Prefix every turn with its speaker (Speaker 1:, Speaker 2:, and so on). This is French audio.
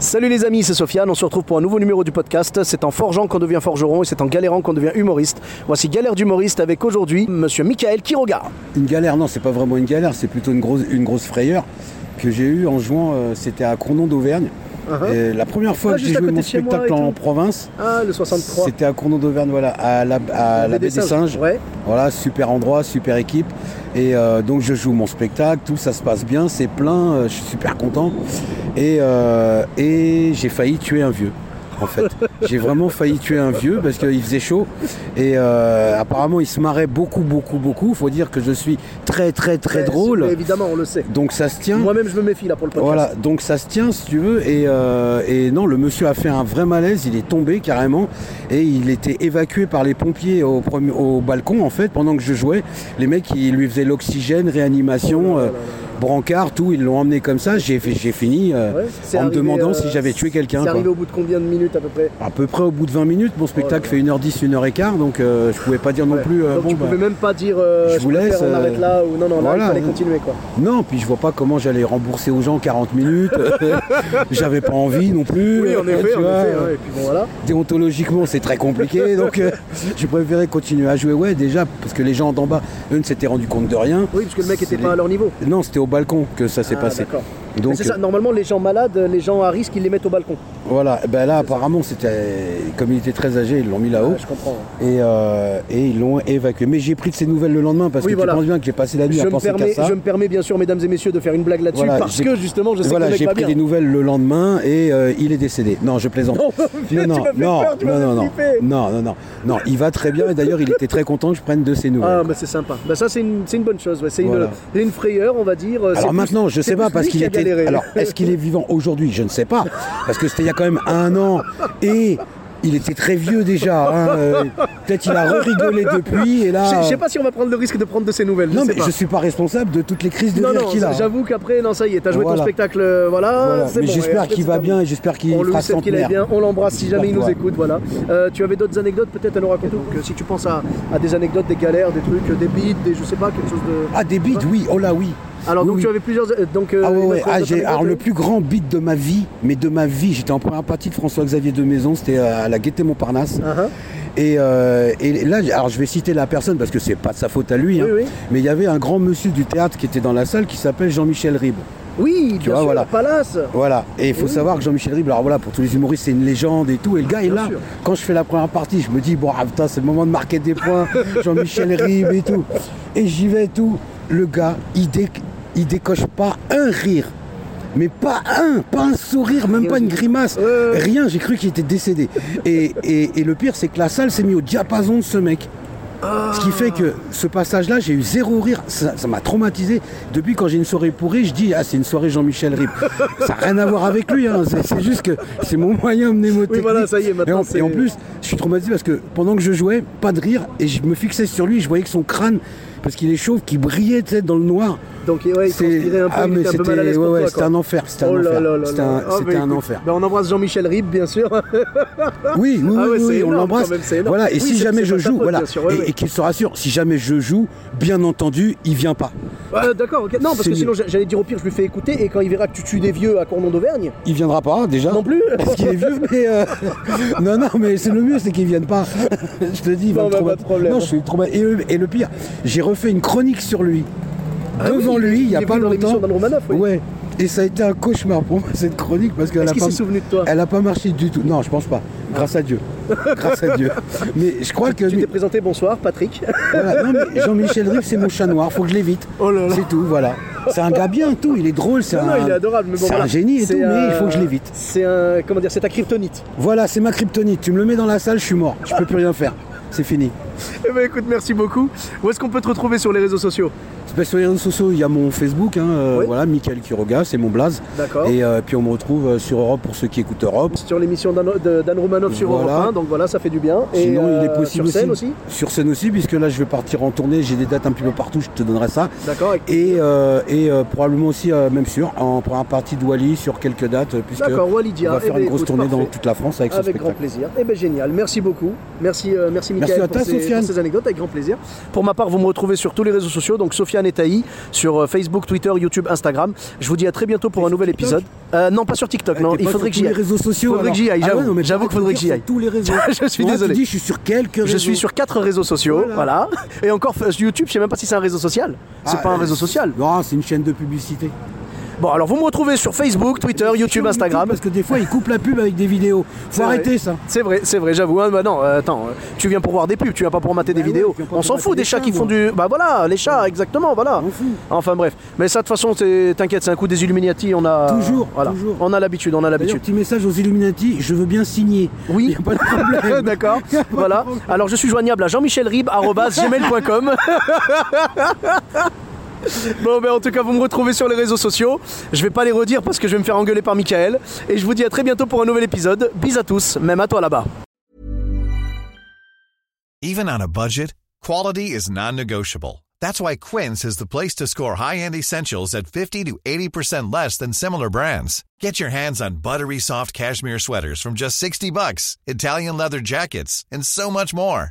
Speaker 1: Salut les amis, c'est Sofiane, on se retrouve pour un nouveau numéro du podcast. C'est en forgeant qu'on devient forgeron et c'est en galérant qu'on devient humoriste. Voici Galère d'humoriste avec aujourd'hui Monsieur Michael Kiroga.
Speaker 2: Une galère, non, c'est pas vraiment une galère, c'est plutôt une grosse, une grosse frayeur que j'ai eue en jouant, euh, c'était à Crondon d'Auvergne. Et la première fois
Speaker 1: Ah,
Speaker 2: que j'ai
Speaker 1: juste à
Speaker 2: joué
Speaker 1: côté
Speaker 2: mon
Speaker 1: de chez moi
Speaker 2: spectacle
Speaker 1: et
Speaker 2: en
Speaker 1: tout.
Speaker 2: province,
Speaker 1: Ah, le 63.
Speaker 2: c'était à Crondon d'Auvergne, voilà, à la, à la baie des Singes.
Speaker 1: Ouais.
Speaker 2: Voilà, super endroit, super équipe. Et euh, donc je joue mon spectacle, tout ça se passe bien, c'est plein, euh, je suis super content. Et, euh, et j'ai failli tuer un vieux. En fait, j'ai vraiment failli tuer un vieux parce qu'il faisait chaud et euh, apparemment il se marrait beaucoup, beaucoup, beaucoup. Faut dire que je suis très, très, très
Speaker 1: Ouais,
Speaker 2: drôle,
Speaker 1: Eh, mais Évidemment, on le sait.
Speaker 2: donc ça se tient.
Speaker 1: Moi-même, je me méfie là pour le podcast.
Speaker 2: Voilà, donc ça se tient si tu veux. Et, euh, et non, le monsieur a fait un vrai malaise, il est tombé carrément. Et il était évacué par les pompiers au, premier- au balcon en fait pendant que je jouais. Les mecs, ils lui faisaient l'oxygène,
Speaker 1: Oh
Speaker 2: réanimation, euh, brancard, tout. Ils l'ont emmené comme ça. J'ai fait- j'ai fini euh,
Speaker 1: Ouais, c'est
Speaker 2: en me
Speaker 1: arrivé,
Speaker 2: demandant
Speaker 1: euh,
Speaker 2: si j'avais tué quelqu'un.
Speaker 1: C'est
Speaker 2: quoi.
Speaker 1: arrivé au bout de combien de minutes à peu près
Speaker 2: À peu près au bout de 20 minutes, mon spectacle fait 1h10, 1h15, donc euh, je pouvais pas dire non
Speaker 1: Ouais.
Speaker 2: plus. euh,
Speaker 1: Donc
Speaker 2: bon,
Speaker 1: tu
Speaker 2: bah,
Speaker 1: pouvais même pas dire euh,
Speaker 2: je vous
Speaker 1: préfère,
Speaker 2: laisse,
Speaker 1: on
Speaker 2: euh,
Speaker 1: arrête là ou non non, non
Speaker 2: voilà,
Speaker 1: il fallait
Speaker 2: ouais.
Speaker 1: continuer quoi.
Speaker 2: Non, puis je vois pas comment j'allais rembourser aux gens 40 minutes. J'avais pas envie non plus.
Speaker 1: Oui, en
Speaker 2: tu
Speaker 1: effet, en
Speaker 2: vois,
Speaker 1: effet,
Speaker 2: euh,
Speaker 1: ouais, et puis bon voilà.
Speaker 2: Déontologiquement, c'est très compliqué, donc euh, j'ai préféré continuer à jouer. Ouais, déjà, parce que les gens d'en bas, eux, ne s'étaient rendus compte de rien.
Speaker 1: Oui, parce que le mec
Speaker 2: C'est
Speaker 1: était
Speaker 2: les-
Speaker 1: pas à leur niveau.
Speaker 2: Non, c'était au balcon que ça s'est
Speaker 1: Ah,
Speaker 2: passé.
Speaker 1: d'accord. Mais
Speaker 2: Donc,
Speaker 1: c'est ça, normalement les gens malades, les gens à risque, ils les mettent au balcon.
Speaker 2: euh, voilà, ben là, apparemment, c'était. Comme il était très âgé, ils l'ont mis là-haut
Speaker 1: Ah, je comprends.
Speaker 2: et, euh, et ils l'ont évacué. Mais j'ai pris de ces nouvelles le lendemain parce
Speaker 1: Oui,
Speaker 2: que
Speaker 1: voilà.
Speaker 2: tu penses bien que j'ai passé la nuit
Speaker 1: Je
Speaker 2: à
Speaker 1: me,
Speaker 2: penser
Speaker 1: permets,
Speaker 2: qu'à ça.
Speaker 1: je me permets bien sûr, mesdames et messieurs, de faire une blague là-dessus
Speaker 2: Voilà,
Speaker 1: parce
Speaker 2: j'ai-
Speaker 1: que justement, je sais
Speaker 2: Voilà,
Speaker 1: que le
Speaker 2: j'ai
Speaker 1: mec va
Speaker 2: pris
Speaker 1: bien.
Speaker 2: des nouvelles le lendemain et euh, il est décédé. Non, je plaisante.
Speaker 1: Non, mais tu m'as fait
Speaker 2: non,
Speaker 1: peur, tu m'as
Speaker 2: non, non,
Speaker 1: fait
Speaker 2: non,
Speaker 1: flipper.
Speaker 2: non, non, non, non, il va très bien et d'ailleurs il était très content que je prenne de ses nouvelles.
Speaker 1: Ah, bah c'est sympa. Bah ça, c'est une, c'est une bonne chose. ouais. C'est une-
Speaker 2: Voilà.
Speaker 1: c'est une, frayeur, on va dire. euh, C'est
Speaker 2: Alors
Speaker 1: plus-
Speaker 2: maintenant, je
Speaker 1: c'est
Speaker 2: sais pas
Speaker 1: plus
Speaker 2: parce
Speaker 1: lui
Speaker 2: qu'il
Speaker 1: qui a
Speaker 2: était.
Speaker 1: galéré.
Speaker 2: Alors, est-ce qu'il est vivant aujourd'hui Je ne sais pas parce que c'était il y a quand même un an et il était très vieux déjà. hein, euh, Peut-être il a rigolé depuis et
Speaker 1: Je
Speaker 2: là.
Speaker 1: sais- je sais pas si on va prendre le risque de prendre de ses nouvelles.
Speaker 2: ah. Non
Speaker 1: je sais
Speaker 2: mais
Speaker 1: pas.
Speaker 2: je suis pas responsable de toutes les crises de
Speaker 1: Non,
Speaker 2: nerfs
Speaker 1: non,
Speaker 2: qu'il a. hein.
Speaker 1: j'avoue qu'après, non, ça y est, t'as joué
Speaker 2: Voilà.
Speaker 1: ton spectacle, euh, voilà.
Speaker 2: Voilà,
Speaker 1: c'est
Speaker 2: Mais
Speaker 1: bon,
Speaker 2: j'espère
Speaker 1: et après,
Speaker 2: qu'il
Speaker 1: c'est
Speaker 2: va
Speaker 1: terminé.
Speaker 2: bien et j'espère qu'il
Speaker 1: On le
Speaker 2: fera
Speaker 1: sait qu'il est
Speaker 2: centenaire.
Speaker 1: bien, on l'embrasse si jamais il nous
Speaker 2: Ouais.
Speaker 1: écoute, voilà. Euh, tu avais d'autres anecdotes peut-être à nous raconter
Speaker 2: euh,
Speaker 1: ou que Si tu penses à, à des anecdotes, des galères, des trucs, euh, des bides, des je sais pas, quelque chose de.
Speaker 2: Ah des bites, oui, oh là oui.
Speaker 1: Alors
Speaker 2: Oui,
Speaker 1: donc
Speaker 2: oui.
Speaker 1: tu avais plusieurs. euh, Donc, euh,
Speaker 2: Ah ouais,
Speaker 1: une
Speaker 2: ouais.
Speaker 1: autre-
Speaker 2: Ah,
Speaker 1: autre
Speaker 2: j'ai-
Speaker 1: anecdote,
Speaker 2: alors le
Speaker 1: euh,
Speaker 2: plus grand beat de ma vie, mais de ma vie, j'étais en première partie de François-Xavier de Maison, c'était à la Gaîté Montparnasse.
Speaker 1: Ah, ah.
Speaker 2: Et, euh, et là, j'ai- alors je vais citer la personne parce que c'est pas de sa faute à lui, hein.
Speaker 1: Oui, oui.
Speaker 2: mais il y avait un grand monsieur du théâtre qui était dans la salle qui s'appelle Jean-Michel Ribes.
Speaker 1: Oui, bien
Speaker 2: vois,
Speaker 1: sûr,
Speaker 2: voilà.
Speaker 1: le palace.
Speaker 2: Voilà, et il faut
Speaker 1: Oui.
Speaker 2: savoir que Jean-Michel Ribes, alors voilà, pour tous les humoristes, c'est une légende et tout. Et le gars est
Speaker 1: Bien
Speaker 2: là.
Speaker 1: sûr.
Speaker 2: Quand je fais la première partie, je me dis, bon, ah, putain, c'est le moment de marquer des points. Jean-Michel Ribes et tout. Et j'y vais et tout. Le gars, il, dé- il décoche pas un rire. Mais pas un, pas un sourire, même pas une grimace,
Speaker 1: Euh.
Speaker 2: rien, j'ai cru qu'il était décédé. Et, et- et le pire, c'est que la salle s'est mise au diapason de ce mec. Ce qui fait que ce passage-là, j'ai eu zéro rire. Ça ça m'a traumatisé. Depuis quand j'ai une soirée pourrie, je dis Ah, c'est une soirée Jean-Michel Ribes. ça n'a rien à voir avec lui. hein. C'est c'est juste que c'est mon moyen mnémotechnique.
Speaker 1: Oui, voilà, ça y est, maintenant,
Speaker 2: Et en- et,
Speaker 1: c'est-
Speaker 2: en, plus, je suis traumatisé parce que pendant que je jouais, pas de rire. Et je me fixais sur lui. Je voyais que son crâne, parce qu'il est chauve, qui brillait tu sais, dans le noir.
Speaker 1: Donc ouais, il
Speaker 2: C'est-
Speaker 1: transpirait un peu,
Speaker 2: Ah,
Speaker 1: il
Speaker 2: mais
Speaker 1: était un peu
Speaker 2: c'était-
Speaker 1: mal à l'aise
Speaker 2: ouais,
Speaker 1: pour
Speaker 2: ouais,
Speaker 1: toi,
Speaker 2: c'était
Speaker 1: quoi.
Speaker 2: un enfer, c'était un
Speaker 1: Oh là
Speaker 2: enfer,
Speaker 1: là là
Speaker 2: c'était
Speaker 1: là.
Speaker 2: un-
Speaker 1: Ah, bah,
Speaker 2: c'était un
Speaker 1: écoute,
Speaker 2: enfer.
Speaker 1: bah, on embrasse Jean-Michel Ribes, bien sûr.
Speaker 2: Oui,
Speaker 1: Ah ouais,
Speaker 2: oui, oui,
Speaker 1: c'est
Speaker 2: oui, on
Speaker 1: énorme
Speaker 2: l'embrasse.
Speaker 1: quand même, c'est énorme.
Speaker 2: Voilà, et
Speaker 1: Oui,
Speaker 2: si
Speaker 1: c'est-
Speaker 2: jamais
Speaker 1: c'est
Speaker 2: je
Speaker 1: pas ta
Speaker 2: joue,
Speaker 1: faute,
Speaker 2: voilà,
Speaker 1: bien sûr, ouais,
Speaker 2: et,
Speaker 1: ouais.
Speaker 2: et qu'il se rassure, si jamais je joue, bien entendu, il vient pas.
Speaker 1: Ouais, Euh, D'accord, ok. Non, parce
Speaker 2: C'est
Speaker 1: que sinon
Speaker 2: mieux.
Speaker 1: j'a- j'allais dire au pire, je lui fais écouter et quand il verra que tu tues des vieux à Cornon d'Auvergne,
Speaker 2: Il viendra pas déjà.
Speaker 1: Non plus
Speaker 2: Parce qu'il est vieux, mais euh, non, non, mais c'est le mieux, c'est qu'il vienne pas. je te dis, il va
Speaker 1: Non,
Speaker 2: me
Speaker 1: bah,
Speaker 2: trauma-
Speaker 1: pas de problème.
Speaker 2: Non, je suis trauma- Et, le- et le pire, j'ai refait une chronique sur lui devant
Speaker 1: Ah oui,
Speaker 2: lui, il y
Speaker 1: il
Speaker 2: a
Speaker 1: est
Speaker 2: pas
Speaker 1: venu dans l'émission
Speaker 2: longtemps.
Speaker 1: d'Anne Romanoff, oui.
Speaker 2: Ouais. Et ça a été un cauchemar pour moi cette chronique parce qu'elle
Speaker 1: Est-ce
Speaker 2: a
Speaker 1: qu'il
Speaker 2: pas.
Speaker 1: s'est souvenu de toi
Speaker 2: Elle a pas marché du tout. Non, je pense pas. Grâce à Dieu. Grâce à Dieu. Mais je crois que
Speaker 1: tu t'es présenté, bonsoir Patrick.
Speaker 2: Voilà, non, mais Jean-Michel Rive, c'est mon chat noir, faut que je l'évite.
Speaker 1: Oh là là.
Speaker 2: C'est tout, voilà. C'est un gars bien, tout, il est drôle, c'est
Speaker 1: Non,
Speaker 2: un,
Speaker 1: non, il est adorable, mais bon,
Speaker 2: c'est
Speaker 1: voilà.
Speaker 2: un génie et
Speaker 1: C'est
Speaker 2: tout, mais
Speaker 1: un-
Speaker 2: il faut que je l'évite.
Speaker 1: C'est un. Comment dire C'est ta kryptonite.
Speaker 2: Voilà, c'est ma kryptonite. Tu me le mets dans la salle, je suis mort. Je peux plus rien faire. C'est fini.
Speaker 1: Eh ben écoute, merci beaucoup. Où est-ce qu'on peut te retrouver sur les réseaux sociaux
Speaker 2: Ben, sur les réseaux sociaux, il y a mon Facebook, hein, euh,
Speaker 1: Oui.
Speaker 2: voilà, Michael Quiroga, c'est mon blaze.
Speaker 1: D'accord.
Speaker 2: Et euh, puis on me retrouve euh, sur Europe pour ceux qui écoutent Europe.
Speaker 1: Sur l'émission d'Anne de- d'Anne Romanov sur
Speaker 2: Voilà.
Speaker 1: Europe 1, donc voilà, ça fait du bien.
Speaker 2: Sinon, il
Speaker 1: euh,
Speaker 2: est possible
Speaker 1: sur scène aussi.
Speaker 2: Sur scène aussi, puisque là, je vais partir en tournée. J'ai des dates un petit peu partout. Je te donnerai ça.
Speaker 1: D'accord. Et-
Speaker 2: Et, euh, et, euh, probablement aussi, euh, même sûr, en première partie de Wally sur quelques dates, euh, puisque
Speaker 1: D'accord, Walidia.
Speaker 2: on va
Speaker 1: Eh
Speaker 2: faire
Speaker 1: ben,
Speaker 2: une grosse
Speaker 1: écoute,
Speaker 2: tournée dans
Speaker 1: parfait.
Speaker 2: toute la France avec, ce
Speaker 1: Avec grand
Speaker 2: spectacle.
Speaker 1: plaisir. Eh ben génial, merci beaucoup. Merci, euh, merci Mickaël
Speaker 2: à
Speaker 1: pour,
Speaker 2: toi,
Speaker 1: ces-
Speaker 2: Sofiane.
Speaker 1: pour ces anecdotes, avec grand plaisir. Pour ma part, vous me retrouvez sur tous les réseaux sociaux, donc Sofiane et Taï, sur euh, Facebook, Twitter, YouTube, Instagram. Je vous dis à très bientôt pour un nouvel
Speaker 2: TikTok Ah,
Speaker 1: épisode. Euh, non, pas sur TikTok, non,
Speaker 2: Bah, T'es
Speaker 1: il
Speaker 2: pas
Speaker 1: faudrait
Speaker 2: sur
Speaker 1: que
Speaker 2: tous
Speaker 1: j'y
Speaker 2: les
Speaker 1: aille.
Speaker 2: réseaux sociaux.
Speaker 1: Faudrait
Speaker 2: alors.
Speaker 1: que j'y aille,
Speaker 2: Ah ouais,
Speaker 1: j'avoue.
Speaker 2: non, mais
Speaker 1: J'avoue
Speaker 2: t'arrête
Speaker 1: qu'il faudrait
Speaker 2: de
Speaker 1: que j'y
Speaker 2: dire
Speaker 1: aille.
Speaker 2: sur Tous les réseaux.
Speaker 1: Je suis
Speaker 2: Moi, tu
Speaker 1: désolé.
Speaker 2: dis, je suis sur quelques réseaux.
Speaker 1: Je suis sur quatre réseaux sociaux, voilà.
Speaker 2: Voilà.
Speaker 1: Et encore f- YouTube, je sais même pas si c'est un réseau social. C'est
Speaker 2: Ah,
Speaker 1: pas un
Speaker 2: euh,
Speaker 1: réseau social.
Speaker 2: Non, c'est une chaîne de publicité.
Speaker 1: Bon, alors vous me retrouvez sur Facebook, Twitter, YouTube, Instagram.
Speaker 2: Parce que des fois, ils coupent la pub avec des vidéos.
Speaker 1: C'est
Speaker 2: Faut
Speaker 1: vrai.
Speaker 2: arrêter ça.
Speaker 1: C'est vrai, c'est vrai, j'avoue. Ah, bah non, euh, attends, euh, tu viens pour voir des pubs, tu viens pas pour mater des
Speaker 2: Bah ouais,
Speaker 1: vidéos.
Speaker 2: je viens
Speaker 1: On
Speaker 2: pas pour
Speaker 1: s'en
Speaker 2: mater
Speaker 1: fout des
Speaker 2: des
Speaker 1: chats qui
Speaker 2: chats,
Speaker 1: font
Speaker 2: moi.
Speaker 1: du. Bah voilà, les chats, exactement, voilà.
Speaker 2: m'en fous.
Speaker 1: Enfin bref. Mais ça, de toute façon, c'est- t'inquiète, c'est un coup des Illuminati, on a.
Speaker 2: Toujours,
Speaker 1: voilà.
Speaker 2: toujours.
Speaker 1: On a l'habitude, on a
Speaker 2: D'ailleurs,
Speaker 1: l'habitude.
Speaker 2: petit message aux Illuminati, je veux bien signer.
Speaker 1: Oui.
Speaker 2: Il n'y a pas de problème.
Speaker 1: D'accord,
Speaker 2: Y a pas de
Speaker 1: voilà.
Speaker 2: problème.
Speaker 1: Alors je suis joignable à jean-michel-rib@gmail.com. Bon, ben en tout cas, vous me retrouvez sur les réseaux sociaux. Je vais pas les redire parce que je vais me faire engueuler par Michael. Et je vous dis à très bientôt pour un nouvel épisode. Bis à tous, même à toi là-bas.
Speaker 3: Even on a budget, quality is non-negotiable. That's why Quince is the place to score high-end essentials at 50 to 80% less than similar brands. Get your hands on buttery soft cashmere sweaters from just 60 bucks, Italian leather jackets, and so much more.